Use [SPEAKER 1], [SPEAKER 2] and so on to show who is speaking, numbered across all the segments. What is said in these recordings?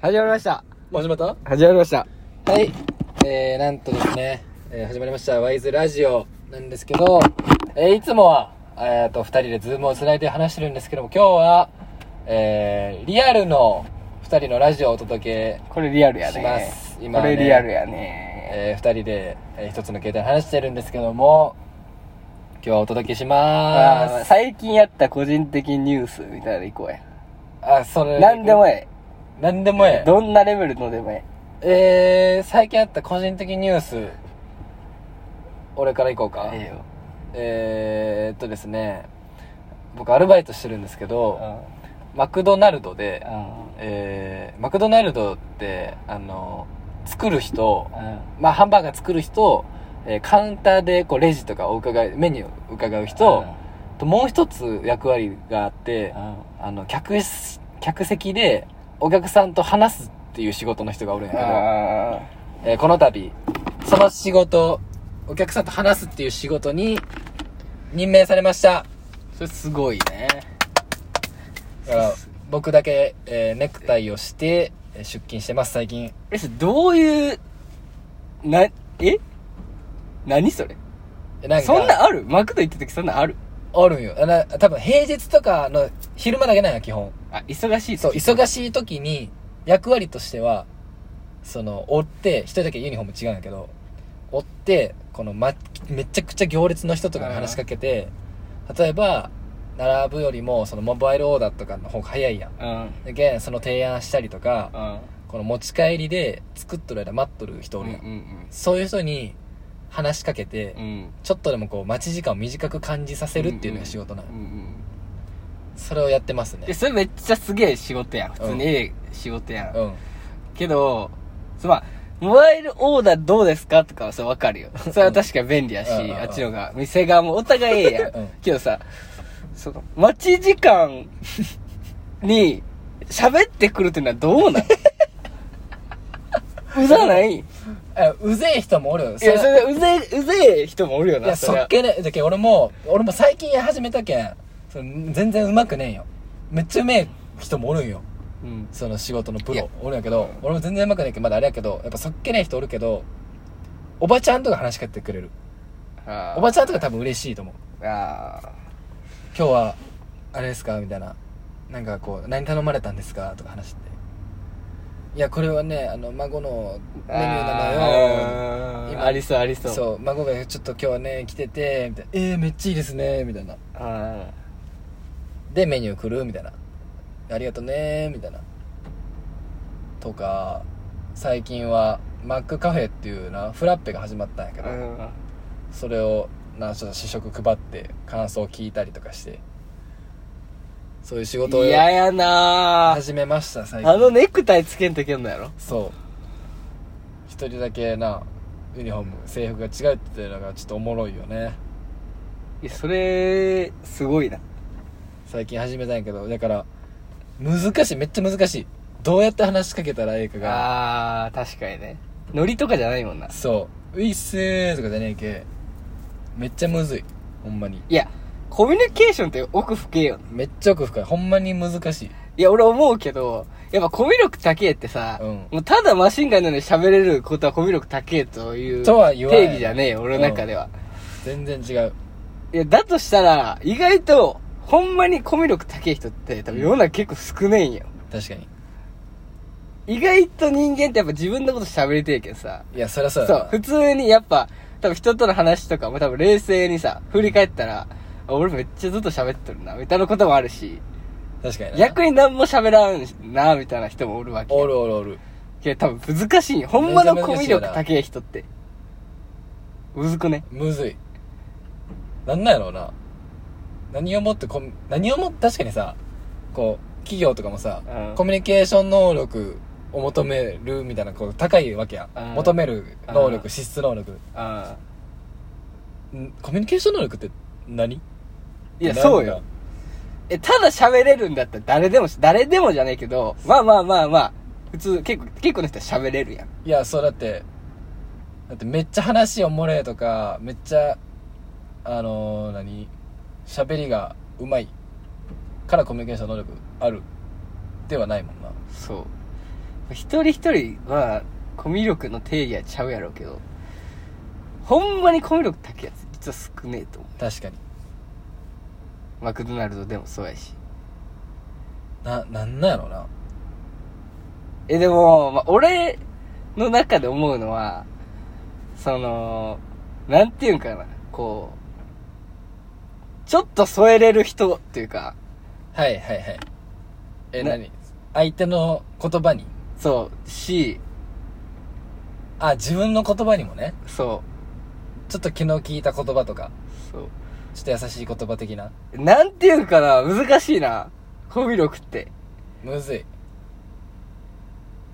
[SPEAKER 1] 始まりました。
[SPEAKER 2] もう始まった
[SPEAKER 1] 始まりました。
[SPEAKER 2] はい。えー、なんとですね、えー始まりました、ワイズラジオなんですけど、えーいつもは、えーと、二人でズームをつないで話してるんですけども、今日は、えー、リアルの二人のラジオをお届け、
[SPEAKER 1] これリアルや
[SPEAKER 2] し
[SPEAKER 1] ね
[SPEAKER 2] ます。
[SPEAKER 1] こ
[SPEAKER 2] 今
[SPEAKER 1] れ
[SPEAKER 2] ね
[SPEAKER 1] リアルやね。
[SPEAKER 2] えー二人で、えー一つの携帯で話してるんですけども、今日はお届けしま
[SPEAKER 1] あー
[SPEAKER 2] す。
[SPEAKER 1] 最近やった個人的ニュースみたいなの行こうや。
[SPEAKER 2] あ、それ。
[SPEAKER 1] なんでもえ
[SPEAKER 2] なんでも
[SPEAKER 1] え
[SPEAKER 2] え。え。
[SPEAKER 1] どんなレベルのでもえ
[SPEAKER 2] えー、最近あった個人的ニュース、俺から行こうか。
[SPEAKER 1] え。ええよ。
[SPEAKER 2] えー、っとですね僕アルバイトしてるんですけどマクドナルドで、
[SPEAKER 1] う
[SPEAKER 2] えーマクドナルドってあの作る人、
[SPEAKER 1] ん。うん。
[SPEAKER 2] まあ、ハンバーガー作る人、えーカウンターでこうレジとかを伺いメニューを伺う人、ともう一つ役割があって、
[SPEAKER 1] うん、
[SPEAKER 2] あの客し客席でお客さんと話すっていう仕事の人がおるんやけど、
[SPEAKER 1] あ
[SPEAKER 2] えーこの度、その仕事、お客さんと話すっていう仕事に任命されました。それすごいね。だから僕だけ、えーネクタイをして、えー出勤してます、最近。
[SPEAKER 1] え、それどういう、な、え何それ
[SPEAKER 2] えな
[SPEAKER 1] そんなあるマクド行った時そんなある
[SPEAKER 2] おるんよ。あな多分平日とかの昼間だけなんや、基本。
[SPEAKER 1] あ、忙しい
[SPEAKER 2] そう、
[SPEAKER 1] しい。
[SPEAKER 2] 忙しい時に、役割としては、その、追って、一人だけユニフォーム違うんやけど、追って、この、ま、めちゃくちゃ行列の人とかに話しかけて、例えば、並ぶよりも、その、モバイルオーダーとかの方が早いやん。
[SPEAKER 1] うん。
[SPEAKER 2] だけんその提案したりとか、
[SPEAKER 1] うん。
[SPEAKER 2] この持ち帰りで作っとる間待っとる人おるやん。
[SPEAKER 1] ん。
[SPEAKER 2] そういう人に話しかけて、
[SPEAKER 1] うん。
[SPEAKER 2] ちょっとでもこう、待ち時間を短く感じさせるっていうのが仕事なの、
[SPEAKER 1] うんうん。
[SPEAKER 2] それをやってます
[SPEAKER 1] で、
[SPEAKER 2] ね。
[SPEAKER 1] それめっちゃすげえ仕事やん。普通
[SPEAKER 2] うん
[SPEAKER 1] にええ仕事やん。
[SPEAKER 2] うん。
[SPEAKER 1] けど、そまあ、モバイルオーダーどうですかとかはそれわかるよ。それは確かに便利やし、
[SPEAKER 2] うんうんうん
[SPEAKER 1] あっちの方が、店側もお互いええやん。
[SPEAKER 2] うん
[SPEAKER 1] けどさ、その、待ち時間に喋ってくるってのはどう なのうざないいう
[SPEAKER 2] え、うぜえ人もおるよ。それ
[SPEAKER 1] や、それうぜえ、うぜえ人もおるよ
[SPEAKER 2] いや、
[SPEAKER 1] な、そ
[SPEAKER 2] そ
[SPEAKER 1] れ
[SPEAKER 2] っ
[SPEAKER 1] は。
[SPEAKER 2] けねえ。だけど俺も、俺も最近始めたけん、その全然うまくねえんよ。めっちゃうめえ人もおるんよ。
[SPEAKER 1] うん。
[SPEAKER 2] その仕事のプ
[SPEAKER 1] いや
[SPEAKER 2] ロ。おるんやけど、俺も全然うまくねえけど、まだあれやけど、やっぱそっけねえ人おるけど、おばちゃんとか話しかけてくれる。
[SPEAKER 1] あー
[SPEAKER 2] おばちゃんとか多分嬉しいと思う。
[SPEAKER 1] あー
[SPEAKER 2] 今日は、あれですかみたいな。なんかこう、何頼まれたんですかとか話して。いや、これはね、あの、孫のメニューなのよ。
[SPEAKER 1] あー
[SPEAKER 2] 今
[SPEAKER 1] ありそうありそう
[SPEAKER 2] そう、孫がちょっと今日はね、来てて、みたいな。えー、めっちゃいいですね、みたいな。
[SPEAKER 1] あ
[SPEAKER 2] でメニュー来るみたいなありがとねみたいなとか最近はマックカフェっていうなフラッペが始まったんやけど、
[SPEAKER 1] ー
[SPEAKER 2] それをなちょっと試食配って感想を聞いたりとかしてそういう仕
[SPEAKER 1] うん
[SPEAKER 2] 事を
[SPEAKER 1] 嫌やなー
[SPEAKER 2] 始めました最近
[SPEAKER 1] あのネクタイつけんといけんのやろ
[SPEAKER 2] そう一人だけなユニフォーム制服が違うっていうのがちょっとおもろいよね
[SPEAKER 1] いやそれすごいな
[SPEAKER 2] 最近始めたんやけどだから難しいめっちゃ難しいどうやって話しかけたらええかが
[SPEAKER 1] あー確かにねノリとかじゃないもんな
[SPEAKER 2] そう「ういっすー」とかじゃねえけめっちゃむずいほんまに
[SPEAKER 1] いやコミュニケーションって奥深えよな
[SPEAKER 2] めっちゃ奥深いほんまに難しい
[SPEAKER 1] いや俺思うけどやっぱコミュ力高えってさ、
[SPEAKER 2] うん
[SPEAKER 1] もうただマシンガンのように喋れることはコミュ力高えという
[SPEAKER 2] とは言わん
[SPEAKER 1] 定義じゃねえよ俺の中では、
[SPEAKER 2] 全然違う
[SPEAKER 1] いやだとしたら意外とほんまにコミュ力高え人って多分世の中結構少ねえんよ、
[SPEAKER 2] 確かに
[SPEAKER 1] 意外と人間ってやっぱ自分のこと喋りてえけんさ
[SPEAKER 2] いやそりゃ
[SPEAKER 1] そう
[SPEAKER 2] そだ
[SPEAKER 1] う、普通にやっぱ、多分人との話とかも多分冷静にさ、振り返ったら、あ俺めっちゃずっと喋っとるな、みたいなこともあるし、
[SPEAKER 2] 確かにな
[SPEAKER 1] 逆に何も喋らんな、みたいな人もおるわけ。
[SPEAKER 2] おるおるおる
[SPEAKER 1] けど多分難しいよ。ほんまのコミュ力
[SPEAKER 2] めちゃめちゃ難
[SPEAKER 1] 高い人って。むずくね。
[SPEAKER 2] むずいなんなんやろうな何をもってこん何をもって確かにさこう企業とかもさ、
[SPEAKER 1] うん
[SPEAKER 2] コミュニケーション能力を求めるみたいなこう高いわけや、
[SPEAKER 1] うん
[SPEAKER 2] 求める能力、
[SPEAKER 1] うん
[SPEAKER 2] 資質能力、
[SPEAKER 1] あ
[SPEAKER 2] んコミュニケーション能力って何
[SPEAKER 1] いや、
[SPEAKER 2] なんか
[SPEAKER 1] そうよ。え、ただ喋れるんだったら誰でもし、誰でもじゃないけど、まあまあまあまあ、普通、結構、結構の人は喋れるやん。
[SPEAKER 2] いやそうだってだってめっちゃ話おもれえとかめっちゃあのー、何喋りがうまいからコミュニケーション能力あるではないもんな
[SPEAKER 1] そう。一人一人は、コミュ力の定義はちゃうやろうけど、ほんまにコミュ力高いやつ、実は少ねえと思
[SPEAKER 2] 確かに
[SPEAKER 1] う。マクドナルドでもそうやし。
[SPEAKER 2] ななんなんやろうな
[SPEAKER 1] え、でも、まあ、俺の中で思うのは、その、なんていうんかな、こう、ちょっと添えれる人っていうか、
[SPEAKER 2] はいはいはいえ
[SPEAKER 1] な
[SPEAKER 2] 何相手の言葉に
[SPEAKER 1] そう、し、
[SPEAKER 2] あ自分の言葉にもね
[SPEAKER 1] そ
[SPEAKER 2] ちょっと昨日聞いた言葉とか
[SPEAKER 1] う、そう。
[SPEAKER 2] ちょっと優しい言葉的な
[SPEAKER 1] なんていうんかな、難しいな。コミュ力って。
[SPEAKER 2] むずい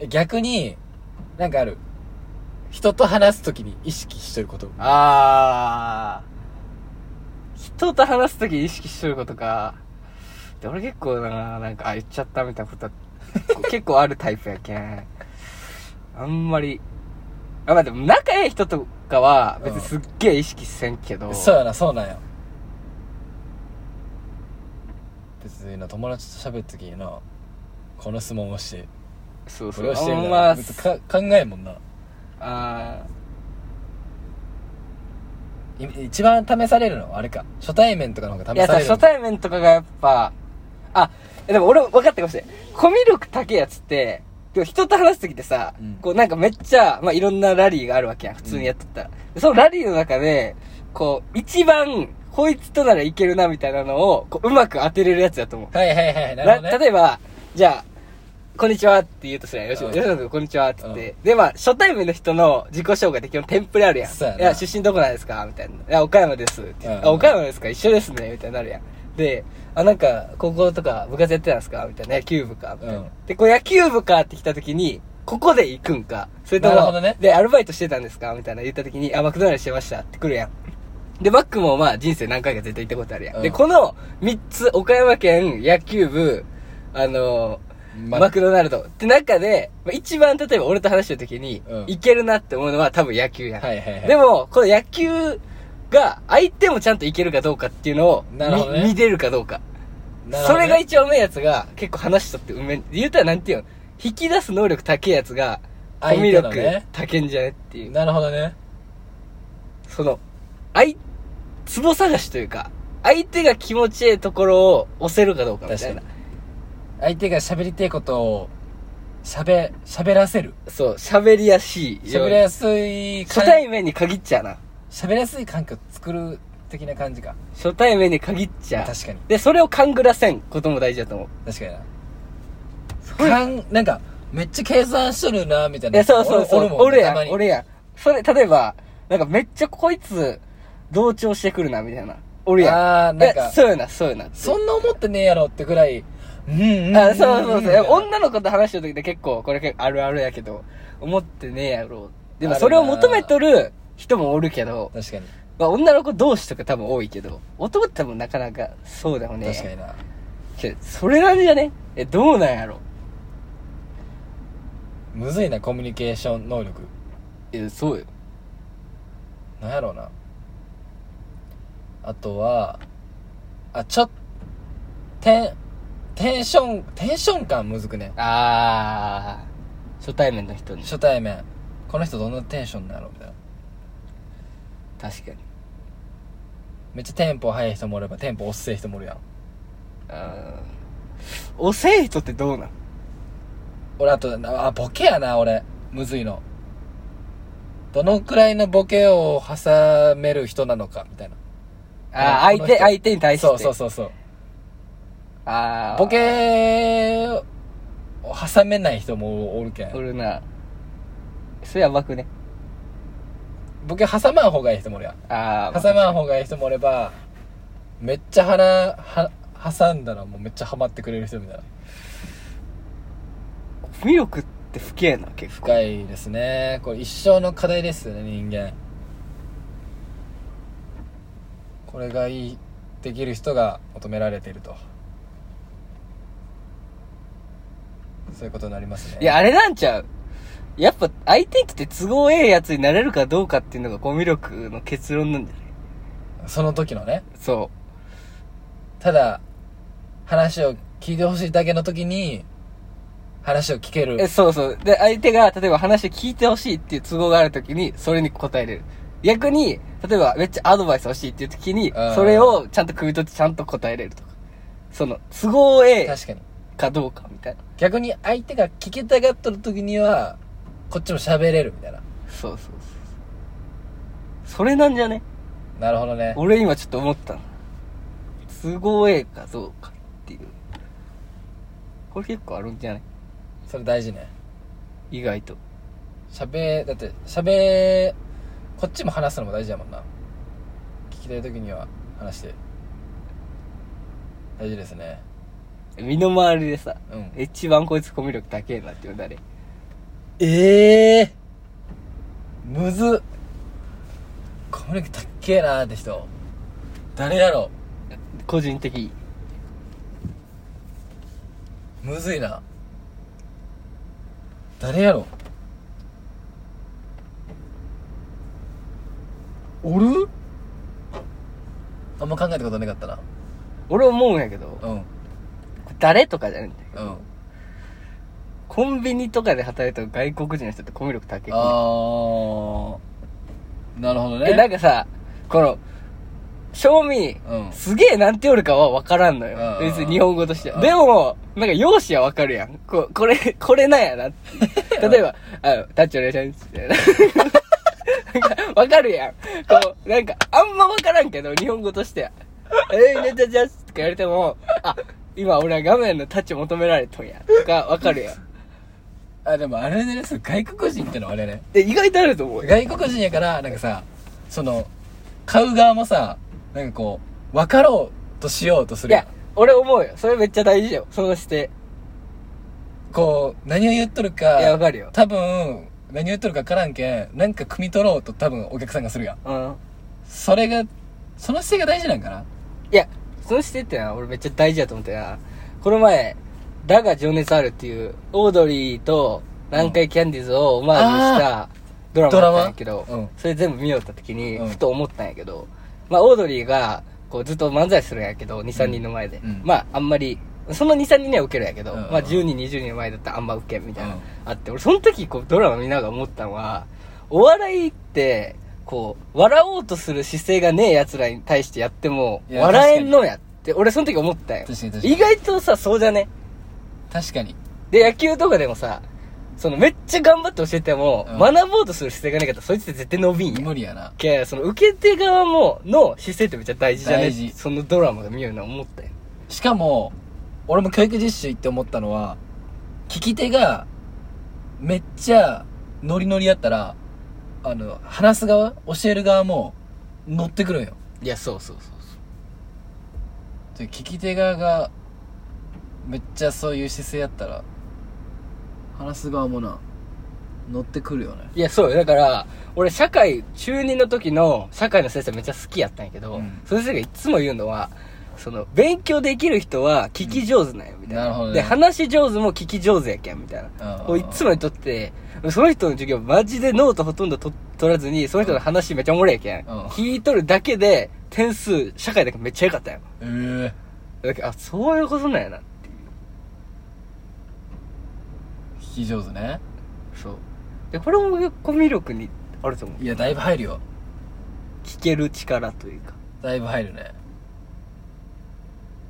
[SPEAKER 2] え逆になんかある人と話すときに意識してること
[SPEAKER 1] あー。人と話すとき意識してることか。で俺結構な、なんか、あ、言っちゃったみたいなことは結構結構あるタイプやけん。あんまり。あ、まあでも仲いい人とかは別にすっげえ意識せんけど。
[SPEAKER 2] そうやなそうなんや別にな友達と喋った時になこの質問をして
[SPEAKER 1] そう
[SPEAKER 2] こ
[SPEAKER 1] そ
[SPEAKER 2] れ
[SPEAKER 1] う。
[SPEAKER 2] をして
[SPEAKER 1] あ
[SPEAKER 2] み
[SPEAKER 1] ん
[SPEAKER 2] たい
[SPEAKER 1] ま
[SPEAKER 2] な、別にか考えんもんな
[SPEAKER 1] あ
[SPEAKER 2] い一番試されるのはあれか初対面とかの
[SPEAKER 1] ー。
[SPEAKER 2] 方が
[SPEAKER 1] い
[SPEAKER 2] 試
[SPEAKER 1] や、
[SPEAKER 2] さ
[SPEAKER 1] さ
[SPEAKER 2] れる
[SPEAKER 1] 初対面とかがやっぱ、あ、でも俺分かったかもしれん。コミュ力高いやつって、でも人と話すときってさ、
[SPEAKER 2] うん
[SPEAKER 1] こうなんかめっちゃ、まあ、いろんなラリーがあるわけやん、普通にやっとったら。でそのラリーの中で、こう、一番、こいつとならいけるなみたいなのを、こう、うまく当てれるやつだと思う。
[SPEAKER 2] はいはいはいなる
[SPEAKER 1] な
[SPEAKER 2] ほどね
[SPEAKER 1] 例えば、じゃあ、こんにちはって言うとするやん。吉
[SPEAKER 2] う
[SPEAKER 1] 野
[SPEAKER 2] ん
[SPEAKER 1] 吉野君、こんにちはって言って。で、まあ、初対面の人の自己紹介で基本テンプレあるやん。
[SPEAKER 2] そうやない
[SPEAKER 1] や、出身どこなんですかみたいな。いや、岡山ですって言って。
[SPEAKER 2] う
[SPEAKER 1] あ、
[SPEAKER 2] ん
[SPEAKER 1] 岡山ですか一緒ですね。みたいになるやん。で、あ、なんか、高校とか部活やってたんですかみたいな。野球部か。みたいな。
[SPEAKER 2] うん
[SPEAKER 1] で、こう野球部かって来た時に、ここで行くんか。それとも、
[SPEAKER 2] なるほどね
[SPEAKER 1] で、アルバイトしてたんですかみたいな言った時に、あ、マクドナルドしてましたって来るやん。で、バックもまあ人生何回か絶対行ったことあるやん。
[SPEAKER 2] うん
[SPEAKER 1] で、この3つ、岡山県野球部、あのー
[SPEAKER 2] ま
[SPEAKER 1] マクドナルドって中で、まあ一番例えば俺と話してる時に、
[SPEAKER 2] うん
[SPEAKER 1] いけるなって思うのは多分野球やん。
[SPEAKER 2] はいはいはい
[SPEAKER 1] でも、この野球が相手もちゃんといけるかどうかっていうのを見、
[SPEAKER 2] なるほどね
[SPEAKER 1] 見れるかどうか。
[SPEAKER 2] なるほ
[SPEAKER 1] そ
[SPEAKER 2] どね
[SPEAKER 1] れが一番うめえやつが、結構話しとってうめえ。言うたらなんていうの引き出す能力高いやつが、コ
[SPEAKER 2] 相
[SPEAKER 1] ミ
[SPEAKER 2] 手
[SPEAKER 1] ュ
[SPEAKER 2] の
[SPEAKER 1] 力
[SPEAKER 2] ね
[SPEAKER 1] 高いんじゃねっていう。
[SPEAKER 2] なるほどね
[SPEAKER 1] その、あい、ツボ探しというか、相手が気持ちいいところを押せるかどうかみたい
[SPEAKER 2] 確
[SPEAKER 1] な
[SPEAKER 2] か。相手が喋りたいことを喋喋らせる
[SPEAKER 1] そう、喋りやしいよ
[SPEAKER 2] 喋
[SPEAKER 1] う
[SPEAKER 2] り
[SPEAKER 1] に。
[SPEAKER 2] やすい
[SPEAKER 1] 初対面に限っちゃうな。
[SPEAKER 2] 喋りやすい環境作る的な感じか
[SPEAKER 1] 初対面に限っちゃう。
[SPEAKER 2] 確かに
[SPEAKER 1] で、それを勘ぐらせんことも大事だと思う。
[SPEAKER 2] 確かになかんなんかめっちゃ計算しとるなみたい
[SPEAKER 1] い
[SPEAKER 2] な
[SPEAKER 1] や、そうそうそう。おるやん、
[SPEAKER 2] 俺
[SPEAKER 1] 俺やん。それ、例えば、なんかめっちゃこいつ、同調してくるな、みたいな。おるやん。
[SPEAKER 2] あーなんか
[SPEAKER 1] いやそうやな、そうやなって。
[SPEAKER 2] そんな思ってねえやろってぐらいうんうんん
[SPEAKER 1] あ、そうそうそう。
[SPEAKER 2] ん
[SPEAKER 1] 女の子と話してる時って結構、これ結構あるあるやけど、思ってねえやろ。でもそれを求めとる人もおるけど、
[SPEAKER 2] 確かに
[SPEAKER 1] まあ女の子同士とか多分多いけど、男って多分なかなかそうだもんね。
[SPEAKER 2] 確かにな
[SPEAKER 1] けどそれなんじゃねえ、どうなんやろ
[SPEAKER 2] むずいなコミュニケーション能力
[SPEAKER 1] え、そうよ。
[SPEAKER 2] なんやろうなあとはあちょテンテンションテンション感むずくね
[SPEAKER 1] あー、初対面の人に。
[SPEAKER 2] 初対面この人どんなテンションなのみたいな
[SPEAKER 1] 確かに。
[SPEAKER 2] めっちゃテンポ速い人もおればテンポ遅い人もおるやん
[SPEAKER 1] あーおせえ人ってどうなん
[SPEAKER 2] 俺あとあボケやな俺むずいのどのくらいのボケを挟める人なのかみたいな
[SPEAKER 1] あー、
[SPEAKER 2] あ
[SPEAKER 1] 相
[SPEAKER 2] この
[SPEAKER 1] 手、
[SPEAKER 2] 人
[SPEAKER 1] 相手に対して。
[SPEAKER 2] そうそうそうそう
[SPEAKER 1] あー。
[SPEAKER 2] ボケを挟めない人もおるけ
[SPEAKER 1] お
[SPEAKER 2] ん
[SPEAKER 1] るな。それやばくね。
[SPEAKER 2] ボケ挟まん方がいい人もおるやん
[SPEAKER 1] あー。
[SPEAKER 2] 挟まん方がいい人もおればめっちゃ鼻は挟んだらもうめっちゃハマってくれる人みたいな
[SPEAKER 1] コミュ力って不けえな結構
[SPEAKER 2] 深いですねこれ一生の課題ですよね人間これがいいできる人が求められているとそういうことになりますね
[SPEAKER 1] いやあれなんちゃうやっぱ相手来て都合ええやつになれるかどうかっていうのがコミュ力の結論なんじゃない
[SPEAKER 2] その時のね
[SPEAKER 1] そ
[SPEAKER 2] ただ話を聞いてほしいだけの時に話を聞け
[SPEAKER 1] え
[SPEAKER 2] る。
[SPEAKER 1] そうそうで相手が例えば話を聞いてほしいっていう都合がある時にそれに答えれる逆に例えばめっちゃアドバイス欲しいっていう時に
[SPEAKER 2] うん
[SPEAKER 1] それをちゃんと汲み取ってちゃんと答えれるとかその都合え
[SPEAKER 2] 確かに。
[SPEAKER 1] かどうかみたいな
[SPEAKER 2] 逆に相手が聞きたがっとる時には、こっちも喋れるみたいな。
[SPEAKER 1] そうそうそうそれなんじゃね
[SPEAKER 2] なるほどね。
[SPEAKER 1] 俺今ちょっと思ったの都合えかどうかっていうこれ結構あるんじゃない
[SPEAKER 2] それ大事ね。
[SPEAKER 1] 意外と
[SPEAKER 2] 喋、だって喋、こっちも話すのも大事だもんな。聞きたい時には話して。大事ですね。
[SPEAKER 1] 身の回りでさ
[SPEAKER 2] うん。
[SPEAKER 1] 一番こいつコミュ力高えなっていう誰
[SPEAKER 2] ええむずっコミュ力たっけえなーって人誰やろ
[SPEAKER 1] 個人的
[SPEAKER 2] うむずいな誰やろうおるあんま考えたことなかったな
[SPEAKER 1] 俺思うんやけど
[SPEAKER 2] うん
[SPEAKER 1] 誰とかじゃないんだよ
[SPEAKER 2] うん
[SPEAKER 1] コンビニとかで働いてる外国人の人ってコミュ力高いよ
[SPEAKER 2] あーなるほど
[SPEAKER 1] ねえなん
[SPEAKER 2] ね
[SPEAKER 1] かさこの正味、
[SPEAKER 2] うん
[SPEAKER 1] すげえなんておるかは分からんのよ
[SPEAKER 2] うんうんうん
[SPEAKER 1] 別に日本語としては
[SPEAKER 2] うん
[SPEAKER 1] でもなんか容姿は分かるやんここれこれなんやな っていう例えば「あのタッチお願いします」みたいななんか分かるやんこうなんかあんま分からんけど日本語としては「えいねじゃじゃ」とか言われても「あ今俺は画面のタッチ求められとんや」とか分かるやん
[SPEAKER 2] あでもあれねそう外国人ってのはあれね
[SPEAKER 1] え意外とあると思うよ
[SPEAKER 2] 外国人やから、なんかさ、その、買う側もさ、なんかこう、分かろうとしようとす
[SPEAKER 1] い
[SPEAKER 2] るやん
[SPEAKER 1] や。俺思うよそれめっちゃ大事よそのして
[SPEAKER 2] こう、何を言っとる
[SPEAKER 1] いやわ
[SPEAKER 2] か、
[SPEAKER 1] かるよ
[SPEAKER 2] 多分、何を言っとるか分からんけん、なんか汲み取ろうと多分お客さんがするやん。
[SPEAKER 1] うん
[SPEAKER 2] それが、その姿勢が大事なんかない
[SPEAKER 1] や、その姿勢ってのは俺めっちゃ大事だと思ってな。この前、だが情熱あるっていう、オードリーと南海キャンディーズをオマージュしたドラマだったんやけど、
[SPEAKER 2] ドラマうん
[SPEAKER 1] それ全部見よった時に、
[SPEAKER 2] うん
[SPEAKER 1] ふと思ったんやけど、まあオードリーが、こうずっと漫才するんやけど、2、3人の前で。
[SPEAKER 2] うん
[SPEAKER 1] まああんまり、その2、3人には受けるんやけど、
[SPEAKER 2] うん
[SPEAKER 1] まあ10人、20人の前だったらあんま受けんみたいな、
[SPEAKER 2] うん
[SPEAKER 1] あって、俺その時こうドラマ見ながら思ったのは、お笑いって、こう、笑おうとする姿勢がねえ奴らに対してやっても、
[SPEAKER 2] いや
[SPEAKER 1] 笑えんのやって、俺その時思ったよ
[SPEAKER 2] 確。かに確か
[SPEAKER 1] 意
[SPEAKER 2] に。
[SPEAKER 1] 外とさ、そうじゃね
[SPEAKER 2] 確かに。
[SPEAKER 1] で、野球とかでもさ、そのめっちゃ頑張って教えても、
[SPEAKER 2] うん
[SPEAKER 1] 学ぼうとする姿勢がなかったら、そいつって絶対伸びんやん。
[SPEAKER 2] 無理やな。
[SPEAKER 1] けその受け手側も、の姿勢ってめっちゃ大事じゃね
[SPEAKER 2] 大事
[SPEAKER 1] そのドラマが見るのは思ったよ。
[SPEAKER 2] しかも、俺も教育実習行って思ったのは、聞き手が、めっちゃ、ノリノリやったら、あの、話す側、教える側も、乗ってくるんよ。
[SPEAKER 1] いや、そうそうそうそう。
[SPEAKER 2] で聞き手側が、めっちゃそういう姿勢やったら、話す側もな、乗ってくるよね。
[SPEAKER 1] いや、そうよ。だから、俺、社会、中二の時の社会の先生めっちゃ好きやったんやけど、
[SPEAKER 2] うん
[SPEAKER 1] その先生がいつも言うのは、その、勉強できる人は聞き上手なんよ、みたいな。
[SPEAKER 2] なるほどね
[SPEAKER 1] で、話し上手も聞き上手やけん、みたいな。
[SPEAKER 2] うん
[SPEAKER 1] こういつもにとって、その人の授業マジでノートほとんどと取らずに、その人の話めっちゃおもろいやけん。
[SPEAKER 2] うん
[SPEAKER 1] 聞いとるだけで、点数、社会だけめっちゃ良かったよ。
[SPEAKER 2] ええ
[SPEAKER 1] だからあ、そういうことなんやな。
[SPEAKER 2] 聞き上手ね。
[SPEAKER 1] そう。で、これもコミュ力にあると思う。
[SPEAKER 2] いや、だいぶ入るよ。
[SPEAKER 1] 聞ける力というか。
[SPEAKER 2] だいぶ入るね。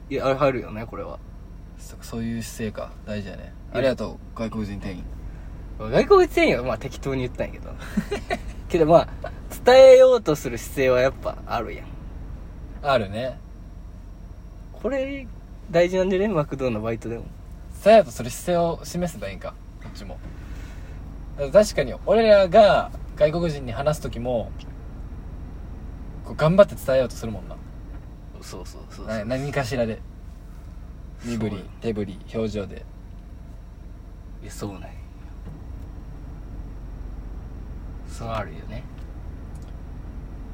[SPEAKER 1] いや、あれ入るよね、これは。
[SPEAKER 2] そそういう姿勢か。大事やね。ありがとう、外国人店員。
[SPEAKER 1] 外国人員はまあ適当に言ったんやけど けどまあ伝えようとする姿勢はやっぱあるやん
[SPEAKER 2] あるね。
[SPEAKER 1] これ大事なんでねマクドのバイトでも
[SPEAKER 2] さやとそれ姿勢を示せばいいんかこっちもだから確かに俺らが外国人に話す時もこう頑張って伝えようとするもんな
[SPEAKER 1] そうそうそうそう
[SPEAKER 2] な何かしらで身振
[SPEAKER 1] そう
[SPEAKER 2] り
[SPEAKER 1] よ
[SPEAKER 2] 手振り表情で
[SPEAKER 1] いやそうなんやそうあるよね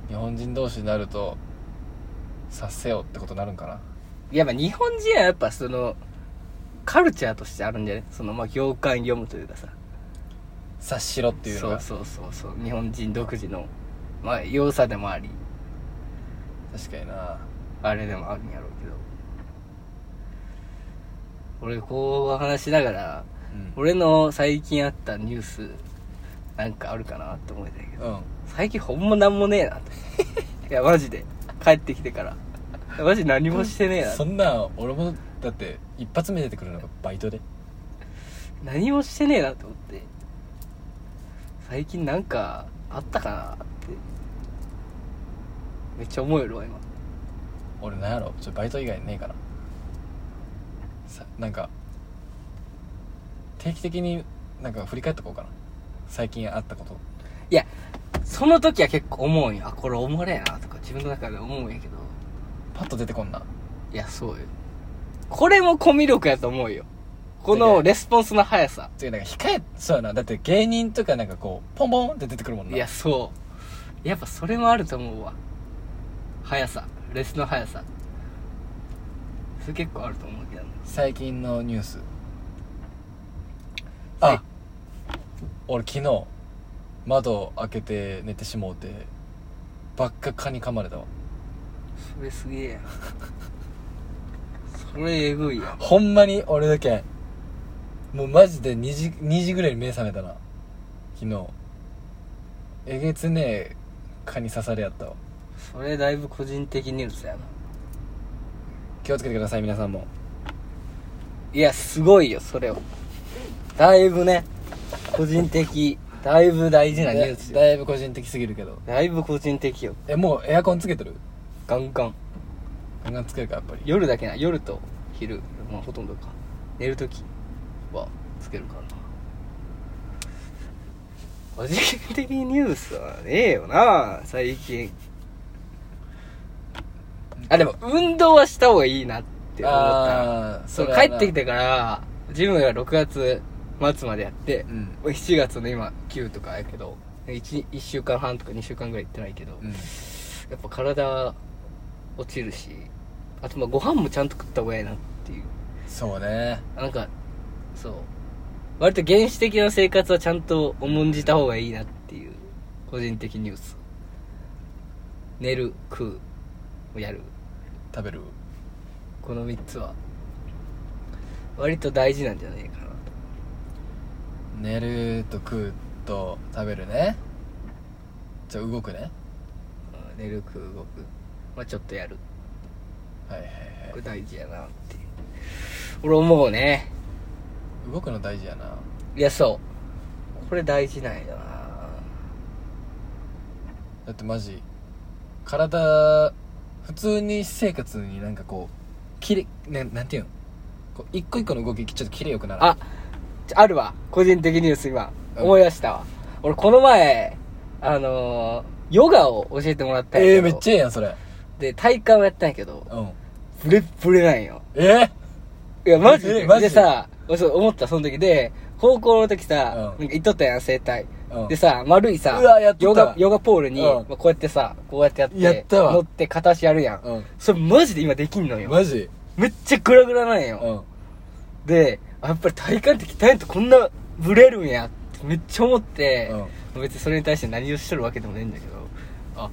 [SPEAKER 2] 日本人同士になると察せよってことになるんかない
[SPEAKER 1] やまあ日本人はやっぱそのカルチャーとしてあるんじゃねそのまあ行間読むというかさ
[SPEAKER 2] 察しろっていうの
[SPEAKER 1] そう
[SPEAKER 2] が
[SPEAKER 1] そうそうそう日本人独自のまあ要さでもあり
[SPEAKER 2] 確かにな
[SPEAKER 1] あれでもあるんやろうけど俺こう話しながら
[SPEAKER 2] うん
[SPEAKER 1] 俺の最近あったニュースなんかあるかなって思いたいけど
[SPEAKER 2] うん
[SPEAKER 1] 最近ほんまなんもねえな といやマジで帰ってきてからマジ何もしてねえな
[SPEAKER 2] そんなん俺もだって一発目出てくるのがバイトで
[SPEAKER 1] 何もしてねえなと思って最近なんかあったかなってめっちゃ思えるわ今
[SPEAKER 2] 俺なんやろちょバイト以外ねえからさなんか定期的になんか振り返っとこうかな最近あったこと
[SPEAKER 1] いやその時は結構思うんよあこれおもれえなとか自分の中で思うんやけど
[SPEAKER 2] パッと出てこんない
[SPEAKER 1] やそうよこれもコミュ力やと思うよこのレスポンスの速さ
[SPEAKER 2] ていうなんか控えそうやなだって芸人とかなんかこうポンポンって出てくるもんない
[SPEAKER 1] やそうやっぱそれもあると思うわ速さレスの速さそれ結構あると思うけどね
[SPEAKER 2] 最近のニュース
[SPEAKER 1] はい
[SPEAKER 2] あ俺昨日窓開けて寝てしもうてばっか蚊に噛まれたわ
[SPEAKER 1] それすげえやん それえぐいやん
[SPEAKER 2] ほんまに俺だけもうマジで2時 ,2 時ぐらいに目覚めたな昨日えげつねえ蚊に刺されやったわ
[SPEAKER 1] それだいぶ個人的ニュースやな
[SPEAKER 2] 気をつけてください皆さんも
[SPEAKER 1] いやすごいよそれをだいぶね個人的だいぶ大事なニュース
[SPEAKER 2] だ
[SPEAKER 1] よ
[SPEAKER 2] だいぶ個人的すぎるけど
[SPEAKER 1] だいぶ個人的よ
[SPEAKER 2] えもうエアコンつけてる
[SPEAKER 1] ガンガン
[SPEAKER 2] ガンガンつけるかやっぱり
[SPEAKER 1] 夜だけな夜と昼まあほとんどか寝るときはつけるかな個人的ニュースはねえよな最近あでも運動はした方がいいなって思った
[SPEAKER 2] ああ
[SPEAKER 1] そう帰ってき
[SPEAKER 2] て
[SPEAKER 1] てからジムが6月末までやって
[SPEAKER 2] う、ん
[SPEAKER 1] 7月の今9とかやけど 1, 1週間半とか2週間ぐらい行ってないけど、
[SPEAKER 2] うん
[SPEAKER 1] やっぱ体落ちるしあとまあご飯もちゃんと食った方がいいなっていう
[SPEAKER 2] そうね
[SPEAKER 1] なんかそう割と原始的な生活はちゃんと重んじた方がいいなっていう個人的ニュース寝る食うやる
[SPEAKER 2] 食べる
[SPEAKER 1] この3つは割と大事なんじゃないかなと
[SPEAKER 2] 寝ると食うと食べるねじゃあ動くね
[SPEAKER 1] うん寝る食う動くまあちょっとやる
[SPEAKER 2] はいはい
[SPEAKER 1] これ大事やなっていう俺思うね
[SPEAKER 2] はい動くの大事やない
[SPEAKER 1] やそうこれ大事なんやな
[SPEAKER 2] だってマジ体普通に私生活になんかこうきれななんていうのこう一個一個の動きちょっときれよくなら
[SPEAKER 1] あ、ちょあるわ。個人的ニュース今、
[SPEAKER 2] うん
[SPEAKER 1] 思い出したわ。俺この前、あのー、ヨガを教えてもらったんや
[SPEAKER 2] ええ
[SPEAKER 1] け
[SPEAKER 2] ー、
[SPEAKER 1] ど。
[SPEAKER 2] めっちゃええやんそれ
[SPEAKER 1] で、体幹をやったんやけど、
[SPEAKER 2] うん
[SPEAKER 1] ブレッブレなんよ。
[SPEAKER 2] ええ
[SPEAKER 1] いや、マジで。
[SPEAKER 2] えマジで
[SPEAKER 1] でさ、俺そう思った、その時で、高校の時さ、
[SPEAKER 2] う
[SPEAKER 1] な
[SPEAKER 2] ん
[SPEAKER 1] んか行っとったやん、整体。
[SPEAKER 2] うん
[SPEAKER 1] でさ、丸いさ
[SPEAKER 2] うわやっ、と
[SPEAKER 1] ヨ
[SPEAKER 2] った
[SPEAKER 1] ガ、ヨガポールに、
[SPEAKER 2] うん
[SPEAKER 1] まあこうやってさ、こうやってやって、
[SPEAKER 2] やったわ
[SPEAKER 1] 乗って片足やるやん。
[SPEAKER 2] うん
[SPEAKER 1] それマジで今できんのよ。
[SPEAKER 2] マジ
[SPEAKER 1] めっちゃグラグラなんよ。
[SPEAKER 2] うん
[SPEAKER 1] で、あやっぱり体幹って鍛えんとこんなブレるんやってめっちゃ思って、別にそれに対して何をしとるわけでもないんだけど、あ、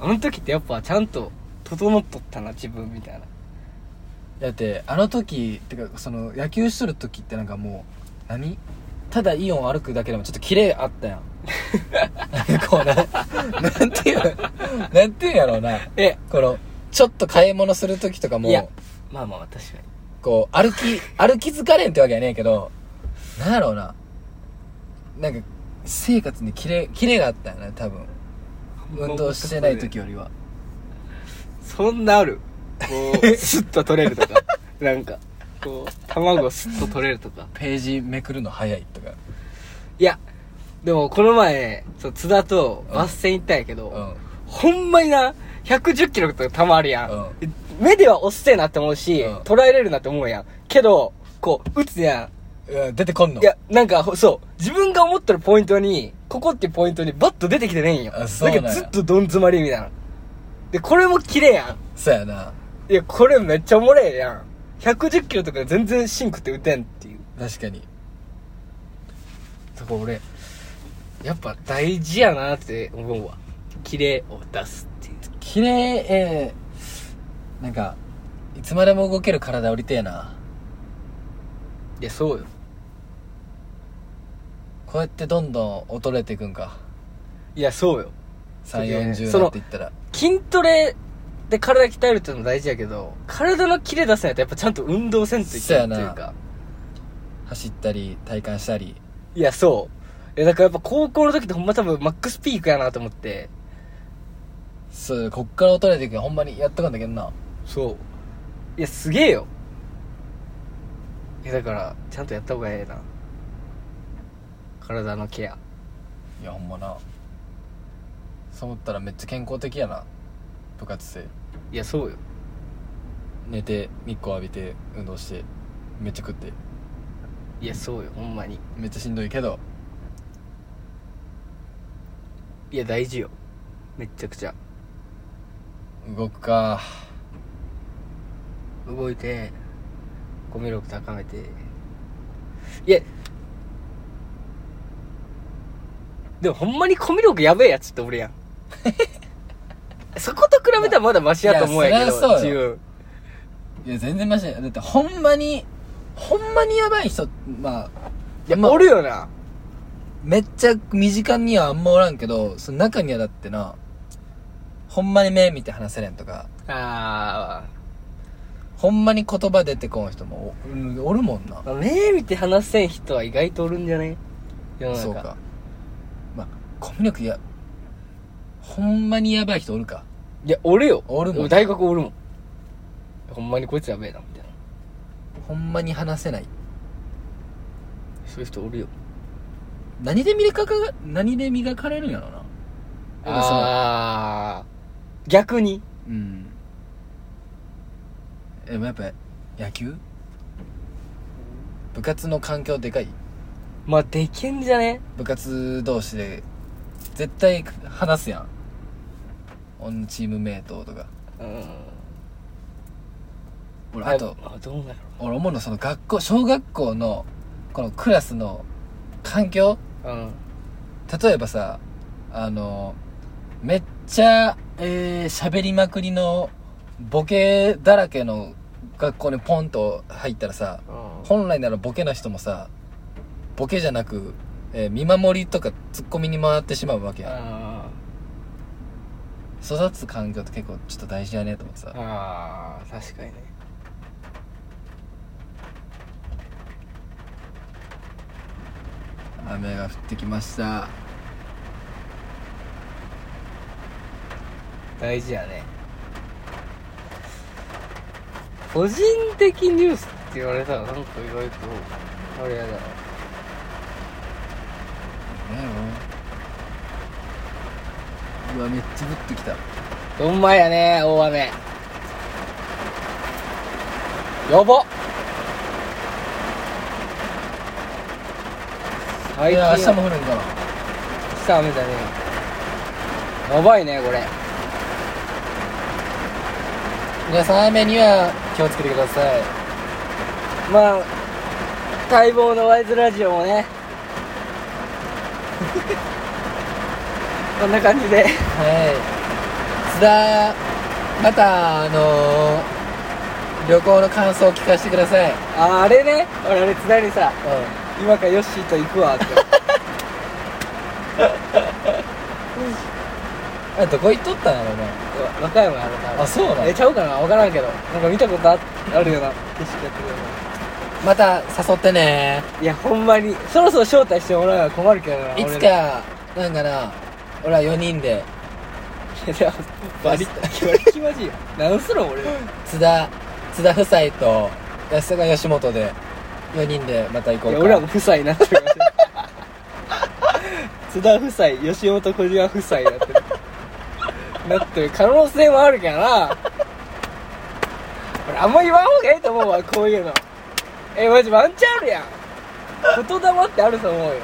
[SPEAKER 1] あの時ってやっぱちゃんと整っとったな、自分みたいな。
[SPEAKER 2] だってあの時ってかその野球しとる時ってなんかもう何ただイオン歩くだけでもちょっと綺麗あっ たやんなんかこうななんていうなんていうんやろうな
[SPEAKER 1] え、
[SPEAKER 2] このちょっと買い物する時とかも
[SPEAKER 1] いやまあまあ確かに。
[SPEAKER 2] こう歩き歩き疲れんってわけやねんけどなんやろうななんか生活にキレキレがあったよね多分運動してない時よりは
[SPEAKER 1] そんなあるこう、 スッと取れるとか。なんか、こう、卵をスッと取れるとか。
[SPEAKER 2] ページめくるの早いとか
[SPEAKER 1] いや、でもこの前、そう津田とバス戦行ったんやけど、
[SPEAKER 2] うん
[SPEAKER 1] ほんまにな、110キロとか球あるやん。
[SPEAKER 2] う
[SPEAKER 1] 目ではおっせえなって思うし、
[SPEAKER 2] うん
[SPEAKER 1] 捉えれるなって思うやん。けど、こう、打つや
[SPEAKER 2] うん出てこん
[SPEAKER 1] ん。
[SPEAKER 2] の
[SPEAKER 1] いや、なんか、ほそう、自分が思ってるポイントに、ここってポイントにバッと出てきてねえんよ。
[SPEAKER 2] あそうなんや
[SPEAKER 1] だけどずっとどん詰まりみたいな。で、これも綺麗や。
[SPEAKER 2] そうやなん
[SPEAKER 1] いや、これめっちゃおもれえやん。110キロとかで全然シンクって打てんっていう。
[SPEAKER 2] 確かに
[SPEAKER 1] だから俺、やっぱ大事やなって思うわ。綺麗を出すっていう。
[SPEAKER 2] 綺麗えーなんかいつまでも動ける体おりてえない
[SPEAKER 1] や、そうよ。
[SPEAKER 2] こうやってどんどん衰えていくんか
[SPEAKER 1] いやそうよ
[SPEAKER 2] 3
[SPEAKER 1] いやいや
[SPEAKER 2] 4 0
[SPEAKER 1] そ
[SPEAKER 2] に
[SPEAKER 1] の
[SPEAKER 2] なっていったら
[SPEAKER 1] 筋トレで体鍛えるっていうのも大事やけど体のキレ出せないとやっぱちゃんと運動せんといけないっていう
[SPEAKER 2] そうや
[SPEAKER 1] か
[SPEAKER 2] 走ったり体感したり
[SPEAKER 1] いやそういやだからやっぱ高校の時ってほんま多分マックスピークやなと思って
[SPEAKER 2] そうこっから衰えていくよほんまにやっとかんだけどな
[SPEAKER 1] そういやすげえよいやだからちゃんとやった方がええな体のケア
[SPEAKER 2] いやほんまなそう思ったらめっちゃ健康的やな部活生
[SPEAKER 1] いやそうよ
[SPEAKER 2] 寝て日光浴びて運動してめっちゃ食って
[SPEAKER 1] いやそうよほんまに
[SPEAKER 2] めっちゃしんどいけど
[SPEAKER 1] いや大事よめっちゃくちゃ
[SPEAKER 2] 動くか
[SPEAKER 1] 動いてコミュ力高めていやでもほんまにコミュ力やべえやつって俺や んそこと比べたらまだマシやと思うんやけど
[SPEAKER 2] いやそりゃそう
[SPEAKER 1] 自
[SPEAKER 2] よ
[SPEAKER 1] 分
[SPEAKER 2] いや全然マジでだってほんまにほんまにやばい人まあ
[SPEAKER 1] いや、
[SPEAKER 2] まあ
[SPEAKER 1] おるよな
[SPEAKER 2] めっちゃ身近にはあんまおらんけどその中にはだってなほんまに目見て話せれんとか
[SPEAKER 1] あ
[SPEAKER 2] ほんまに言葉出てこん人もおうんおるもんな
[SPEAKER 1] あ目見て話せん人は意外とおるんじゃね世の中
[SPEAKER 2] そうかまあコミュ力やほんまにやばい人おるか
[SPEAKER 1] いや俺よ
[SPEAKER 2] おるもん
[SPEAKER 1] 大学おるもんほんまにこいつやべえなみたいな
[SPEAKER 2] ほんまに話せない
[SPEAKER 1] そういう人おるよ
[SPEAKER 2] 何で磨かか何で磨かれるんやろななんかその
[SPEAKER 1] ああ逆に
[SPEAKER 2] うんでもやっぱ野球部活の環境でかい
[SPEAKER 1] まあでけんじゃね
[SPEAKER 2] 部活同士で絶対話すやんオンチームメイトとか
[SPEAKER 1] うん
[SPEAKER 2] 俺あと
[SPEAKER 1] あどうなんや
[SPEAKER 2] 俺思うのその学校小学校のこのクラスの環境
[SPEAKER 1] ろうん
[SPEAKER 2] 例えばさあのめっちゃえー喋りまくりのボケだらけの学校にポンと入ったらさ本来ならボケな人もさボケじゃなく、えー見守りとかツッコミに回ってしまうわけやん
[SPEAKER 1] あ
[SPEAKER 2] 育つ環境って結構ちょっと大事やねと思ってさ
[SPEAKER 1] ーあー確かにね
[SPEAKER 2] 雨が降ってきました
[SPEAKER 1] 大事やね個人的ニュースって言われたらなんか意外とあれやだな
[SPEAKER 2] ねえうわめっちゃ降ってきた
[SPEAKER 1] ほんまやね大雨やば最
[SPEAKER 2] い
[SPEAKER 1] 近
[SPEAKER 2] や明日も降るんかな
[SPEAKER 1] 明日雨だねやばいねこれ
[SPEAKER 2] 皆さん雨には気をつけてください
[SPEAKER 1] まあ待望のワイズラジオもねこんな感じで
[SPEAKER 2] はい。津田、また、あのー旅行の感想を聞かせてください。
[SPEAKER 1] ああれね俺あれ津田にさ
[SPEAKER 2] う
[SPEAKER 1] 今からヨッシーと行くわって
[SPEAKER 2] ん。あ、どこ行っとったんやろな。
[SPEAKER 1] 和歌山やろな
[SPEAKER 2] あ、そうな
[SPEAKER 1] え
[SPEAKER 2] の
[SPEAKER 1] ちゃうかな分からんけどなんか見たことああるような景色やってるよ
[SPEAKER 2] また誘ってね。
[SPEAKER 1] ないやほんまにそろそろ招待してもらうのは困るけどない
[SPEAKER 2] いつ
[SPEAKER 1] 俺ら
[SPEAKER 2] か、なんかな、俺ら4人で、
[SPEAKER 1] いやバリッバリ気まじいよ何するん俺ら
[SPEAKER 2] 津田、津田夫妻と、安坂吉本で、4人でまた行こ
[SPEAKER 1] いうや
[SPEAKER 2] か。
[SPEAKER 1] 俺らも夫妻になってる津田夫妻吉本小島夫妻になってるなってる可能性もあるからな俺あんま言わん方がいいと思うわこういうのえマジワンチャンあるやん言霊ってあると思うよ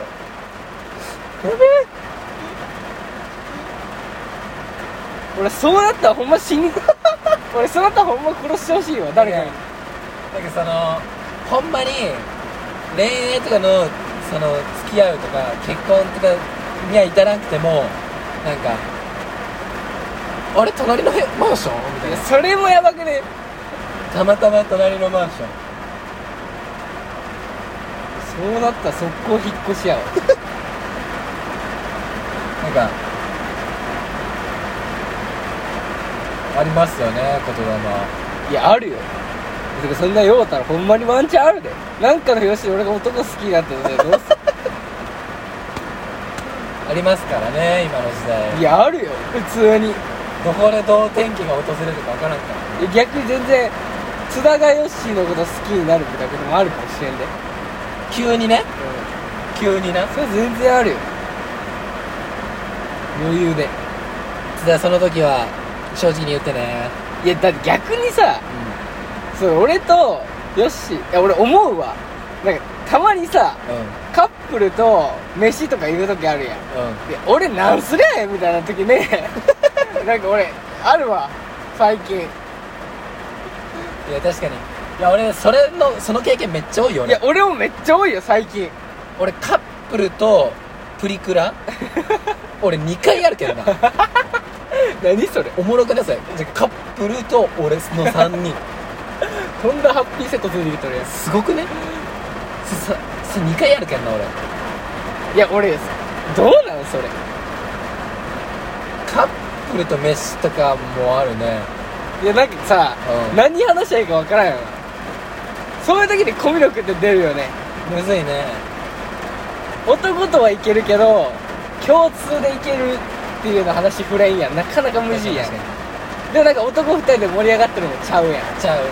[SPEAKER 1] 俺そうなったらほんま死に俺そうなったらほんま殺してほしいわ誰かに
[SPEAKER 2] なんかそのほんまに恋愛とかのその付き合うとか結婚とかには至らなくてもなんかあれ隣の部屋マンションみたい
[SPEAKER 1] いや
[SPEAKER 2] な
[SPEAKER 1] それもやばくね
[SPEAKER 2] たまたま隣のマンション
[SPEAKER 1] そうなったら速攻引っ越しやわ
[SPEAKER 2] がありますよね言霊
[SPEAKER 1] いやあるよてかそんなようたらほんまにワンチャンあるでなんかの表紙で俺が男好きになった時はどうす
[SPEAKER 2] ありますからね今の時代
[SPEAKER 1] いやあるよ普通に
[SPEAKER 2] どこでどう天気が訪れるかわからんから
[SPEAKER 1] え逆に全然津田がヨッシーのこと好きになるみたいなこともあるかもしれんで、
[SPEAKER 2] 急にね急にな
[SPEAKER 1] それ全然あるよ余裕で
[SPEAKER 2] じゃあその時は正直に言ってね
[SPEAKER 1] いやだって逆にさそれ俺とヨッシーいや俺思うわなんかたまにさ
[SPEAKER 2] うんうん
[SPEAKER 1] カップルと飯とか行く時あるやんで俺なんすりゃえみたいな時ね なんか俺あるわ最近
[SPEAKER 2] いや確かにいや俺それのその経験めっちゃ多いよ
[SPEAKER 1] いや俺
[SPEAKER 2] 俺
[SPEAKER 1] もめっちゃ多いよ最近
[SPEAKER 2] 俺カップルとプリ クラ俺2回やるけどな
[SPEAKER 1] 何それ
[SPEAKER 2] おもろくなさいじゃあカップルと俺の3人
[SPEAKER 1] とんだハッピーセットついてきとるや
[SPEAKER 2] すごくねそさそ2回やるけどな俺
[SPEAKER 1] ついや俺どうなんそれ
[SPEAKER 2] カップルと飯とかもあるね
[SPEAKER 1] いやなんかさ、
[SPEAKER 2] うん
[SPEAKER 1] 何話しゃいいか分からんよなそういう時にコミュ力って出るよね
[SPEAKER 2] むずいね
[SPEAKER 1] 男とはいけるけど共通でいけるっていうの話触れんやんなかなか無理やん
[SPEAKER 2] 確かに
[SPEAKER 1] でもなんか男2人で盛り上がってるのもちゃうやん
[SPEAKER 2] ちゃう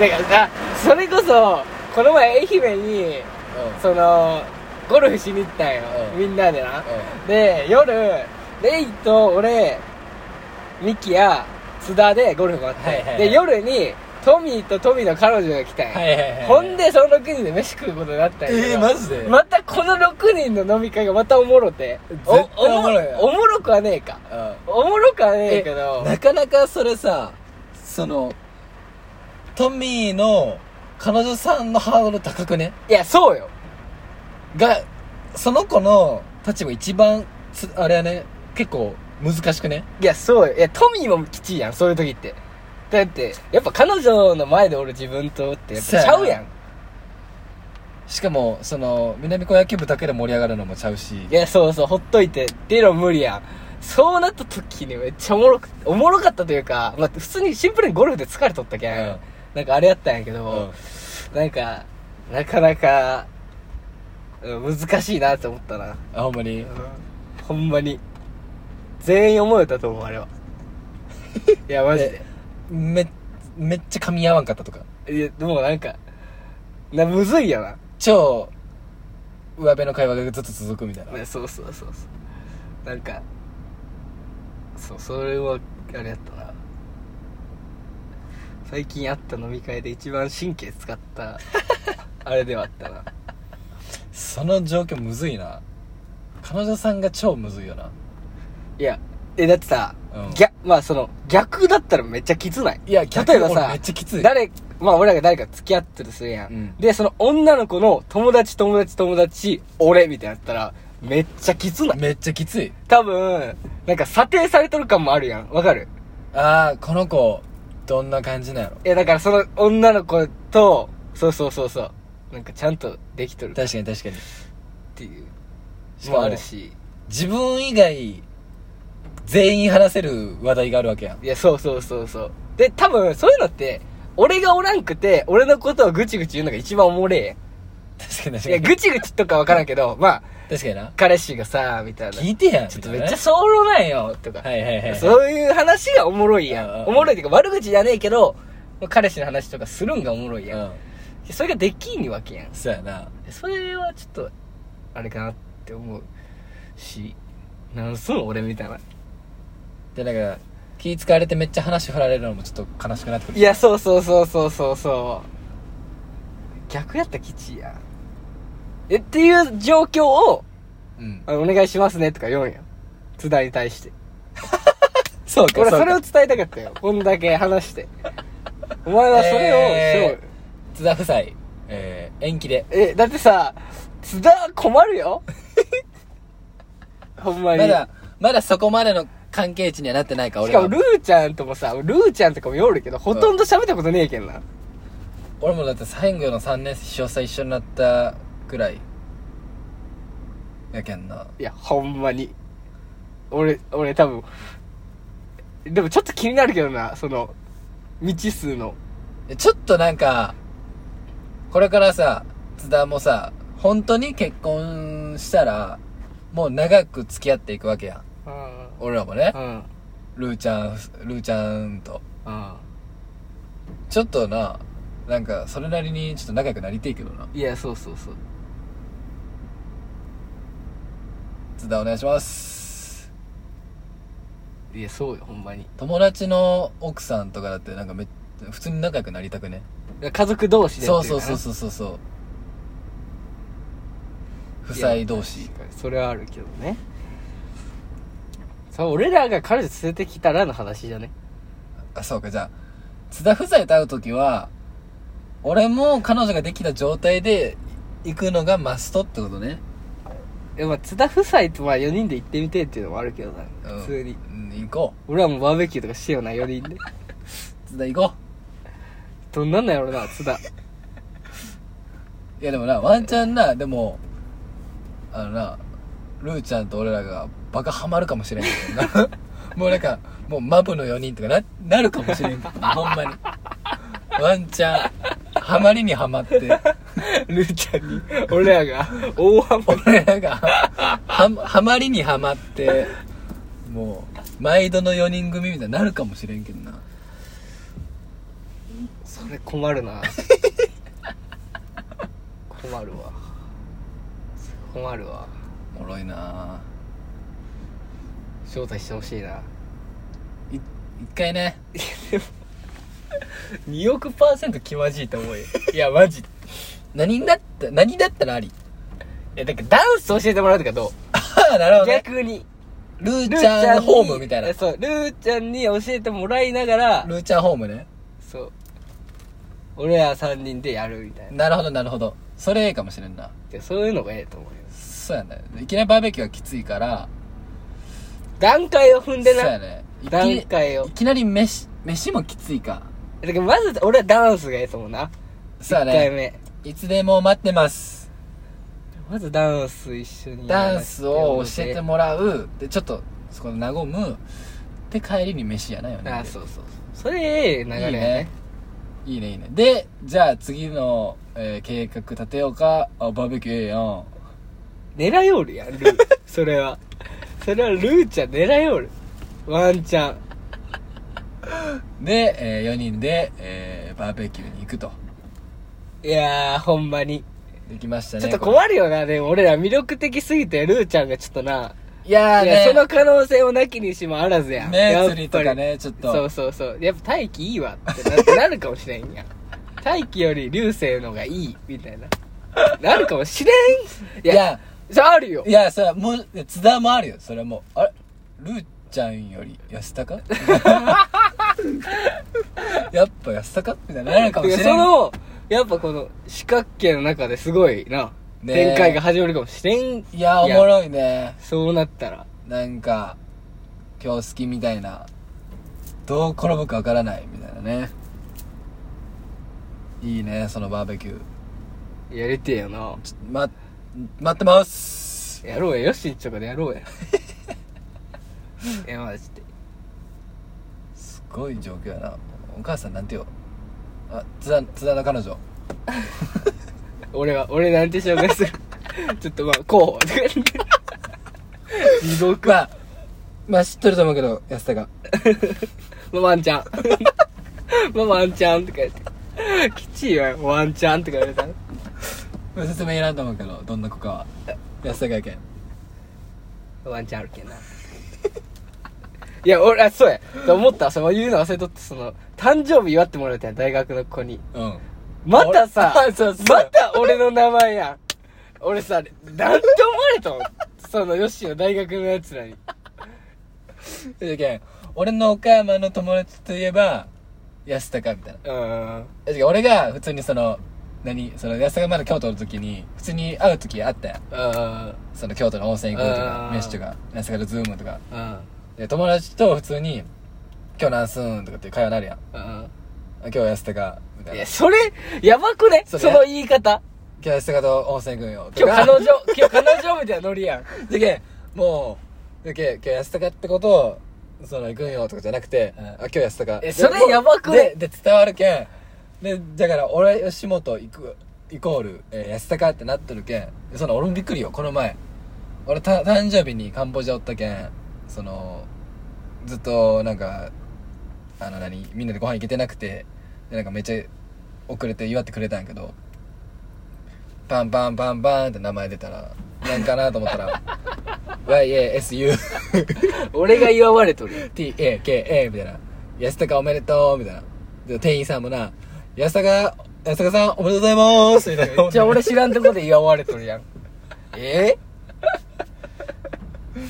[SPEAKER 1] だからあそれこそこの前愛媛に
[SPEAKER 2] うん
[SPEAKER 1] そのゴルフしに行ったんよ、
[SPEAKER 2] うん
[SPEAKER 1] みんなでな、
[SPEAKER 2] うん
[SPEAKER 1] で夜レイと俺ミキや津田でゴルフがあって、
[SPEAKER 2] はいはいはい
[SPEAKER 1] で夜にトミーとトミーの彼女が来たんや、
[SPEAKER 2] はいはいはい
[SPEAKER 1] ほんでその6人で飯食うことになったんやけど
[SPEAKER 2] えー、マジで
[SPEAKER 1] またこの6人の飲み会がまたおもろて
[SPEAKER 2] 絶対おもろいよ
[SPEAKER 1] おおもろくはねえか
[SPEAKER 2] うん
[SPEAKER 1] おもろくはねえけど
[SPEAKER 2] なかなかそれさそのトミーの彼女さんのハードル高くね
[SPEAKER 1] いやそうよ
[SPEAKER 2] がその子の立場一番つあれはね結構難しくね
[SPEAKER 1] いやそうよいやトミーもきちいやんそういう時ってだってやっぱ彼女の前で俺自分とってやっぱちゃうやん
[SPEAKER 2] しかもその南高野球部だけで盛り上がるのもちゃうし
[SPEAKER 1] いや、そうそう、ほっといて、出ろ無理やん。そうなった時にめっちゃおもろく、おもろかったというか、まあ、普通にシンプルにゴルフで疲れとったけん。
[SPEAKER 2] うん
[SPEAKER 1] なんかあれやったんやけ
[SPEAKER 2] う
[SPEAKER 1] ど
[SPEAKER 2] ん、
[SPEAKER 1] なんか、なかなか、うん難しいなって思ったな。
[SPEAKER 2] あほんまに
[SPEAKER 1] ほんまに。全員思えたと思う、あ れは。いや、マジで。
[SPEAKER 2] めめっちゃ噛み合わんかったとか
[SPEAKER 1] いや、でもなんか、な、むずいよな。
[SPEAKER 2] 超上辺の会話がずっと続くみたいな
[SPEAKER 1] ね、そうそうそうそうなんかそうそれはあれやったな最近あった飲み会で一番神経使った あれではあったな
[SPEAKER 2] その状況むずいな彼女さんが超むずいよない
[SPEAKER 1] やえだってさ、
[SPEAKER 2] うん
[SPEAKER 1] 逆まあその逆だったらめっちゃきつない
[SPEAKER 2] いや
[SPEAKER 1] 例えば
[SPEAKER 2] 俺
[SPEAKER 1] さ
[SPEAKER 2] めっちゃきつい
[SPEAKER 1] 誰まあ俺らが誰か付き合ってるとするやん、
[SPEAKER 2] うん
[SPEAKER 1] でその女の子の友達友達友達俺みたいになったらめっちゃきつない
[SPEAKER 2] めっちゃきつい
[SPEAKER 1] 多分なんか査定されとる感もあるやんわかる
[SPEAKER 2] ああこの子どんな感じなんやろ
[SPEAKER 1] いやだからその女の子とそうそうそうそうなんかちゃんとできとるっ
[SPEAKER 2] 確かに確かに
[SPEAKER 1] ていう
[SPEAKER 2] し
[SPEAKER 1] も
[SPEAKER 2] か
[SPEAKER 1] あ
[SPEAKER 2] も
[SPEAKER 1] るし
[SPEAKER 2] 自分以外全員話せる話題があるわけやん
[SPEAKER 1] いやそうそうそうそうで多分そういうのって俺がおらんくて俺のことをぐちぐち言うのが一番おもれえ
[SPEAKER 2] 確かに
[SPEAKER 1] いや
[SPEAKER 2] 確かに
[SPEAKER 1] ぐちぐちとかわからんけど まあ
[SPEAKER 2] 確かにな
[SPEAKER 1] 彼氏がさみたいな
[SPEAKER 2] 聞いてやん
[SPEAKER 1] ちょっと
[SPEAKER 2] み
[SPEAKER 1] めっち
[SPEAKER 2] たいな
[SPEAKER 1] ゃソロなんよとか、
[SPEAKER 2] はいはいはい
[SPEAKER 1] そういう話がおもろいや
[SPEAKER 2] うんうんうん
[SPEAKER 1] んおもろいっていうか悪口じゃねえけど彼氏の話とかするんがおもろいやん、
[SPEAKER 2] うん
[SPEAKER 1] それができんわけやん
[SPEAKER 2] そうやな
[SPEAKER 1] それはちょっとあれかなって思うしなんすん俺みたいな
[SPEAKER 2] でなんか気使われてめっちゃ話振られるのもちょっと悲しくなってくる
[SPEAKER 1] いやそうそうそうそうそうそう逆やったらきちいやんえっていう状況を
[SPEAKER 2] うん
[SPEAKER 1] あのお願いしますねとか言うんやん津田に対して
[SPEAKER 2] そうか
[SPEAKER 1] 俺
[SPEAKER 2] そう
[SPEAKER 1] それ
[SPEAKER 2] か
[SPEAKER 1] を伝えたかったよこんだけ話してお前はそれをしろよ
[SPEAKER 2] 津田夫妻えー延期で
[SPEAKER 1] えだってさ津田困る よほんま
[SPEAKER 2] ま
[SPEAKER 1] に
[SPEAKER 2] だまだそこまでの関係値にはなってないか
[SPEAKER 1] し
[SPEAKER 2] 俺
[SPEAKER 1] かも
[SPEAKER 2] は
[SPEAKER 1] ルーちゃんともさルーちゃんとかもよるけどほとんど喋ったことねえけんな、
[SPEAKER 2] 俺もだって最後の3年生詳細一緒になったぐらいやけんな。
[SPEAKER 1] いや、ほんまに。俺、俺多分、でもちょっと気になるけどな、その、未知数の。
[SPEAKER 2] ちょっとなんか、これからさ、津田もさ、本当に結婚したら、もう長く付き合っていくわけやん。
[SPEAKER 1] うん。
[SPEAKER 2] 俺らもね
[SPEAKER 1] う、ん。
[SPEAKER 2] ルーちゃん、ルーちゃんと。
[SPEAKER 1] うん。
[SPEAKER 2] ちょっとな、なんか、それなりにちょっと仲良くなりてえけどな。
[SPEAKER 1] いや、そうそうそう。
[SPEAKER 2] 津田お願いします。
[SPEAKER 1] いや、そうよ、ほんまに。
[SPEAKER 2] 友達の奥さんとかだってなんかめっ普通に仲良くなりたくね。
[SPEAKER 1] 家族同士でってい
[SPEAKER 2] そうう
[SPEAKER 1] ね
[SPEAKER 2] そうそうそうそうそう。夫妻同士。
[SPEAKER 1] 確かにそれはあるけどねそう俺らが彼女連れてきたらの話じゃね
[SPEAKER 2] あ、そうか、じゃあ、津田夫妻と会うときは、俺も彼女ができた状態で行くのがマストってことね。
[SPEAKER 1] いやまあ津田夫妻とまあ4人で行ってみてっていうのもあるけどな、
[SPEAKER 2] うん
[SPEAKER 1] 普通に
[SPEAKER 2] うん、行こ
[SPEAKER 1] 俺はもうバーベキューとかしてよな4人で
[SPEAKER 2] う。津田行こ
[SPEAKER 1] どんなんなんやろな津田
[SPEAKER 2] う。いやでもな、ワンチャンな、でも、あのな、ルーちゃんと俺らがバカハマるかもしれんけど な。もうなんか、もうマブの4人とかな、なるかもしれんけど、ほんまに。ワンチャン、ハマりにハマって。
[SPEAKER 1] ルーちゃんに俺らが大ハマり
[SPEAKER 2] 俺らがははまりにはまってもう毎度の4人組みたいになるかもしれんけどな
[SPEAKER 1] それ困る な困るわ困るわ
[SPEAKER 2] おもろいな
[SPEAKER 1] 招待してほしいない
[SPEAKER 2] 一回ね
[SPEAKER 1] 2億パーセント気まじいと思うよいやマジ
[SPEAKER 2] 何になった何だったらあり
[SPEAKER 1] え、だからダンス教えてもらうとかど
[SPEAKER 2] ああなるほ
[SPEAKER 1] う
[SPEAKER 2] どね
[SPEAKER 1] 逆に。
[SPEAKER 2] ルーちゃん
[SPEAKER 1] に
[SPEAKER 2] ホームみたいな
[SPEAKER 1] えそう、ルーちゃんに教えてもらいながら、
[SPEAKER 2] ルーちゃんホームね
[SPEAKER 1] そう。俺ら3人でやるみたいな。
[SPEAKER 2] なるほどなるほどそれええかもしれんな
[SPEAKER 1] でそういうのがええと思うよ。
[SPEAKER 2] そうやねいきなりバーベキューはきついから
[SPEAKER 1] 段階を踏んで
[SPEAKER 2] そう
[SPEAKER 1] な。
[SPEAKER 2] やねいきなり
[SPEAKER 1] 段階を。
[SPEAKER 2] いきなり飯飯もきついか
[SPEAKER 1] だけどまず俺はダンスがええと思うな。
[SPEAKER 2] そうや
[SPEAKER 1] 1回
[SPEAKER 2] ね
[SPEAKER 1] 目。
[SPEAKER 2] いつでも待ってます
[SPEAKER 1] まずダンス一緒にやら
[SPEAKER 2] ダンスを教えてもらうでちょっとそこで和むで帰りに飯やなよね
[SPEAKER 1] あ、そうそうそう。それええ流れやね。
[SPEAKER 2] いいねいいねでじゃあ次の、えー計画立てようかあバーベキューええやん
[SPEAKER 1] 狙いおるやん、ルー。 それは。それはルーちゃん狙いおる。ワンチャン。
[SPEAKER 2] で、え4人で、えーバーベキューに行くと
[SPEAKER 1] いやー、ほんまに。
[SPEAKER 2] できましたね
[SPEAKER 1] ちょっと
[SPEAKER 2] こ
[SPEAKER 1] 困るよな、でも俺ら魅力的すぎて、ルーちゃんがちょっとな、
[SPEAKER 2] れいやー
[SPEAKER 1] い
[SPEAKER 2] ね
[SPEAKER 1] やその可能性をなきにしもあらずやん。
[SPEAKER 2] 目
[SPEAKER 1] やっぱ
[SPEAKER 2] 釣
[SPEAKER 1] り
[SPEAKER 2] りとか。ねちょっと
[SPEAKER 1] そうそうそう。やっぱ大気いいわってななるかもしれん やん。大気より流星のがいい、みたいな。なるかもしれん
[SPEAKER 2] いや
[SPEAKER 1] それあるよ
[SPEAKER 2] い。やそれはもういや津田もあるよそれはもうあれルーちゃんより 安高やっぱ安高みたいになるかもしれ
[SPEAKER 1] い
[SPEAKER 2] な
[SPEAKER 1] や
[SPEAKER 2] い
[SPEAKER 1] その、やっぱこの四角形の中ですごいな、
[SPEAKER 2] ねえ
[SPEAKER 1] 展開が始まるかもしれん。
[SPEAKER 2] いやーおもろいね
[SPEAKER 1] そうなったら。
[SPEAKER 2] なんか今日好きみたいなどう転ぶかわからないみたいなねいいねそのバーベキュー
[SPEAKER 1] やりてえよな。
[SPEAKER 2] ちょま待ってます
[SPEAKER 1] やろうや、よしんちとかでや ろうや。いや、まあちょっと。
[SPEAKER 2] すごい状況やなお母さんなんてよあ津田津田の彼女
[SPEAKER 1] 俺は、俺なんて紹介する ちょっとまあ、候補とか言って。地獄
[SPEAKER 2] まあまあ知っとると思うけど安田が
[SPEAKER 1] まあ、ワンちゃん。 まあ、ワンちゃんとか言って。きちいわよ、ワンちゃんとか言われたら。
[SPEAKER 2] 説明いらんと思うけどどんな子かは安田がやけん
[SPEAKER 1] ワンちゃんあるけんな。 いや、俺、あ、そうや。と思った。そう言うの忘れとって、その、誕生日祝ってもらったやん、大学の子に。
[SPEAKER 2] うん、
[SPEAKER 1] またさ
[SPEAKER 2] そうそう
[SPEAKER 1] また俺の名前やん。俺さ、なんて思われたのその、ヨッシーの大学のやつらに。
[SPEAKER 2] やけん俺の岡山の友達といえば安田かみたいな
[SPEAKER 1] うん。
[SPEAKER 2] 確か俺が普通にその何その安田がまだ京都の時に普通に会う時あったやん
[SPEAKER 1] うん。
[SPEAKER 2] その京都の温泉行くとか
[SPEAKER 1] うん
[SPEAKER 2] 飯とか安田がズームとか
[SPEAKER 1] うん。
[SPEAKER 2] で友達と普通に「今日なんすん」とかっていう会話になるやんあ
[SPEAKER 1] うん。
[SPEAKER 2] 「今日安田が」みたい
[SPEAKER 1] い
[SPEAKER 2] な
[SPEAKER 1] や、それ、やばくね
[SPEAKER 2] そ
[SPEAKER 1] そ
[SPEAKER 2] れ
[SPEAKER 1] の言い方。
[SPEAKER 2] 今日姿温泉行くんよ。
[SPEAKER 1] 今日
[SPEAKER 2] 彼女、今日彼女みたいなノリやん。 でけ、もう、でけ、今日安高ってことを、その、行くんよとかじゃなくて、
[SPEAKER 1] うん
[SPEAKER 2] あ、今日安高。
[SPEAKER 1] え
[SPEAKER 2] で
[SPEAKER 1] それやばくね
[SPEAKER 2] で、で伝わるけん。で、だから、俺、吉本行く、イコール、えー安高ってなっとるけん。その、俺もびっくりよ、この前。俺、た、誕生日にカンボジアおったけん、その、ずっと、なんか、あの何みんなでご飯行けてなくてでなんかめっちゃ遅れて祝ってくれたんやけどパンパンパンパンって名前出たらなんかなと思ったら YASUTA
[SPEAKER 1] 俺が祝われとるやん
[SPEAKER 2] KA みたいな「安高おめでとう」みたいなで店員さんもな「安高安高さんおめでとうございます」みたいな
[SPEAKER 1] めっちゃ俺知らんとこで祝われとるやんえ
[SPEAKER 2] めっ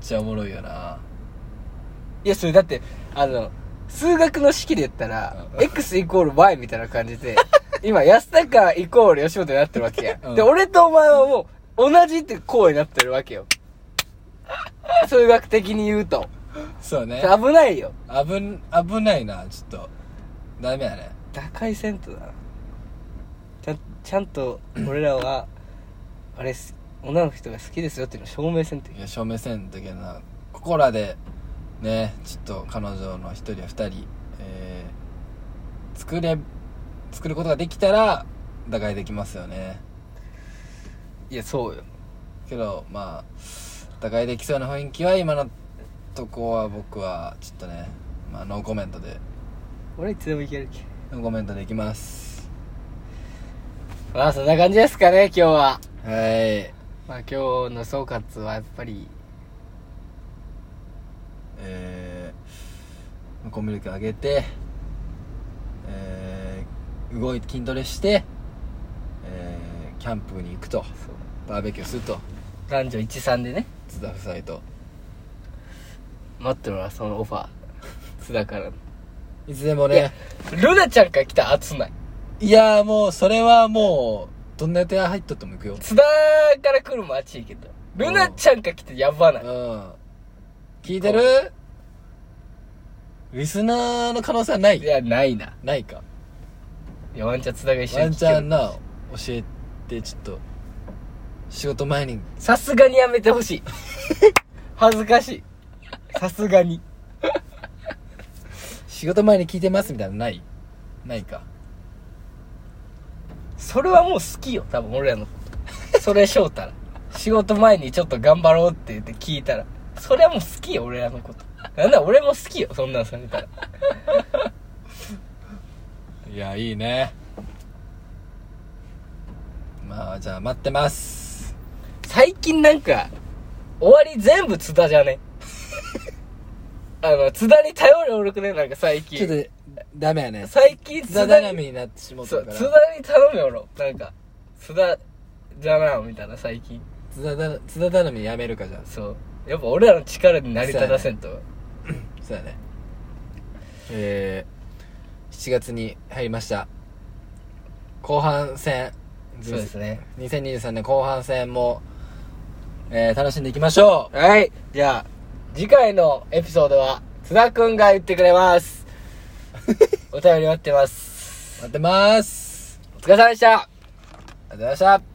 [SPEAKER 2] ちゃおもろいよない
[SPEAKER 1] やそれだってあの数学の式で言ったら
[SPEAKER 2] うん
[SPEAKER 1] x イコール y みたいな感じ で今安高イコール吉本になってるわけや、
[SPEAKER 2] うん
[SPEAKER 1] で俺とお前はもう同じってこうになってるわけよ数学的に言うと
[SPEAKER 2] そうね
[SPEAKER 1] 危ないよ
[SPEAKER 2] 危ん危ないなちょっとダメやね
[SPEAKER 1] 打開せんとだなちゃんちゃんと俺らはあれす女の人が好きですよっていうのを証明せんとい
[SPEAKER 2] い
[SPEAKER 1] けない
[SPEAKER 2] や証明せんといけんなここらでねちょっと彼女の一人や二人、えー作れ作ることができたら打開できますよね
[SPEAKER 1] いやそうよ
[SPEAKER 2] けどまあ打開できそうな雰囲気は今のとこは僕はちょっとね、まあ、ノーコメントで
[SPEAKER 1] 俺いつでもいけるけ
[SPEAKER 2] ノーコメントでいきます
[SPEAKER 1] まあそんな感じですかね今日は
[SPEAKER 2] はい
[SPEAKER 1] まあ今日の総括はやっぱり
[SPEAKER 2] えー、コミュ力上げて、えー、動いて筋トレして、えー、キャンプに行くとバーベキューすると
[SPEAKER 1] 男女13でね
[SPEAKER 2] 津田夫妻と
[SPEAKER 1] 待ってるわそのオファー津田からの
[SPEAKER 2] いつでも
[SPEAKER 1] いや
[SPEAKER 2] ね
[SPEAKER 1] ルナちゃんから来たら熱ない
[SPEAKER 2] いやーもうそれはもうどんな予定入っとっても行くよ
[SPEAKER 1] 津田から来るも熱いけどルナちゃんから来てやば
[SPEAKER 2] う
[SPEAKER 1] ない
[SPEAKER 2] ん聞いてるリスナーの可能性はないい
[SPEAKER 1] やないな
[SPEAKER 2] ないか
[SPEAKER 1] いやワンチャン津田が一緒に
[SPEAKER 2] ワン
[SPEAKER 1] 来
[SPEAKER 2] チ
[SPEAKER 1] て
[SPEAKER 2] ャン
[SPEAKER 1] る
[SPEAKER 2] な教えてちょっと仕事前に
[SPEAKER 1] さすがにやめてほしい恥ずかしいさすがに
[SPEAKER 2] 仕事前に聞いてますみたいなのないないか
[SPEAKER 1] それはもう好きよ多分俺らのことそれ翔太ら仕事前にちょっと頑張ろうって言って聞いたらそれはもう好きよ俺らのことなんだ俺も好きよそんなんされたら
[SPEAKER 2] いやいいねまあじゃあ待ってます
[SPEAKER 1] 最近なんか終わり全部津田じゃ ねあの津田に頼りおるくねなんか最
[SPEAKER 2] ちょっと
[SPEAKER 1] 近
[SPEAKER 2] ダメやね
[SPEAKER 1] 最近津
[SPEAKER 2] 津田
[SPEAKER 1] 田
[SPEAKER 2] 並
[SPEAKER 1] に
[SPEAKER 2] みになってしもうた
[SPEAKER 1] そ
[SPEAKER 2] か
[SPEAKER 1] う
[SPEAKER 2] ら
[SPEAKER 1] 津田に頼めおろなんか津田じゃなみたいな最近
[SPEAKER 2] 津田だ津田頼みやめるかじゃあ
[SPEAKER 1] そうやっぱ俺らの力に成り立たせんと
[SPEAKER 2] そうだねえー、7月に入りました後半戦
[SPEAKER 1] そうですね
[SPEAKER 2] 2023年後半戦も、えー楽しんでいきましょう
[SPEAKER 1] はい。じゃあ、次回のエピソードは、津田くんが言ってくれ ます。お便り待ってます。
[SPEAKER 2] 待ってます
[SPEAKER 1] お疲れ様でした。
[SPEAKER 2] ありがとうございました